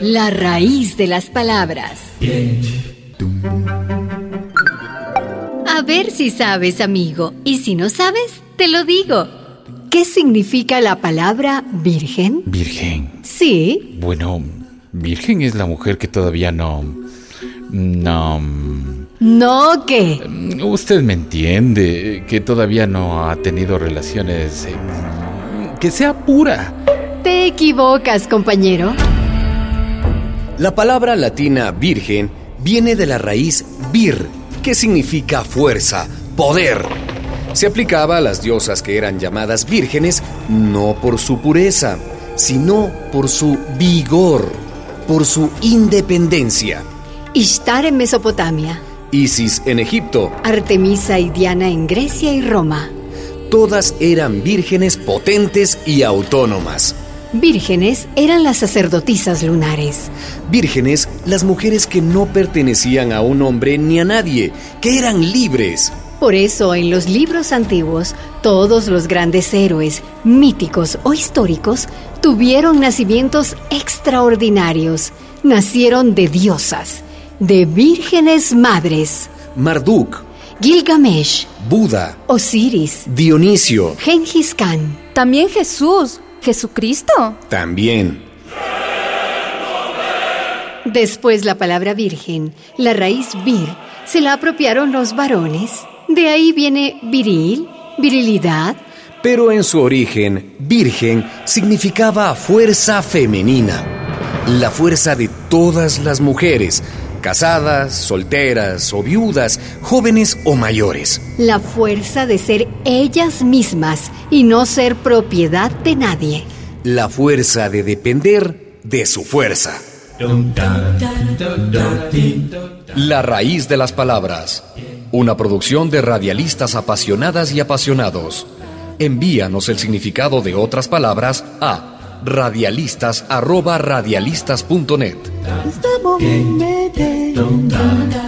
La raíz de las palabras. A ver si sabes, amigo, y si no sabes, te lo digo. ¿Qué significa la palabra virgen? Virgen. Sí, Bueno, virgen es la mujer que todavía no... No... no que. Usted me entiende, que todavía no ha tenido relaciones... eh, que sea pura. Te equivocas, compañero. La palabra latina virgen viene de la raíz vir, que significa fuerza, poder. Se aplicaba a las diosas que eran llamadas vírgenes no por su pureza, sino por su vigor, por su independencia. Ishtar en Mesopotamia, Isis en Egipto, Artemisa y Diana en Grecia y Roma. todas eran vírgenes potentes y autónomas. Vírgenes eran las sacerdotisas lunares. Vírgenes, las mujeres que no pertenecían a un hombre ni a nadie, que eran libres. Por eso en los libros antiguos, todos los grandes héroes, míticos o históricos, tuvieron nacimientos extraordinarios. Nacieron de diosas, de vírgenes madres. Marduk, Gilgamesh, Buda, Osiris, Dionisio, Genghis Khan, También Jesús, Jesucristo. también. Después la palabra virgen, la raíz vir, se la apropiaron los varones. De ahí viene viril, virilidad. Pero en su origen, virgen significaba fuerza femenina, la fuerza de todas las mujeres, casadas, solteras o viudas, jóvenes o mayores. La fuerza de ser ellas mismas y no ser propiedad de nadie. La fuerza de depender de su fuerza. La raíz de las palabras. Una producción de radialistas apasionadas y apasionados. Envíanos el significado de otras palabras a radialistas@radialistas.net. Don't die.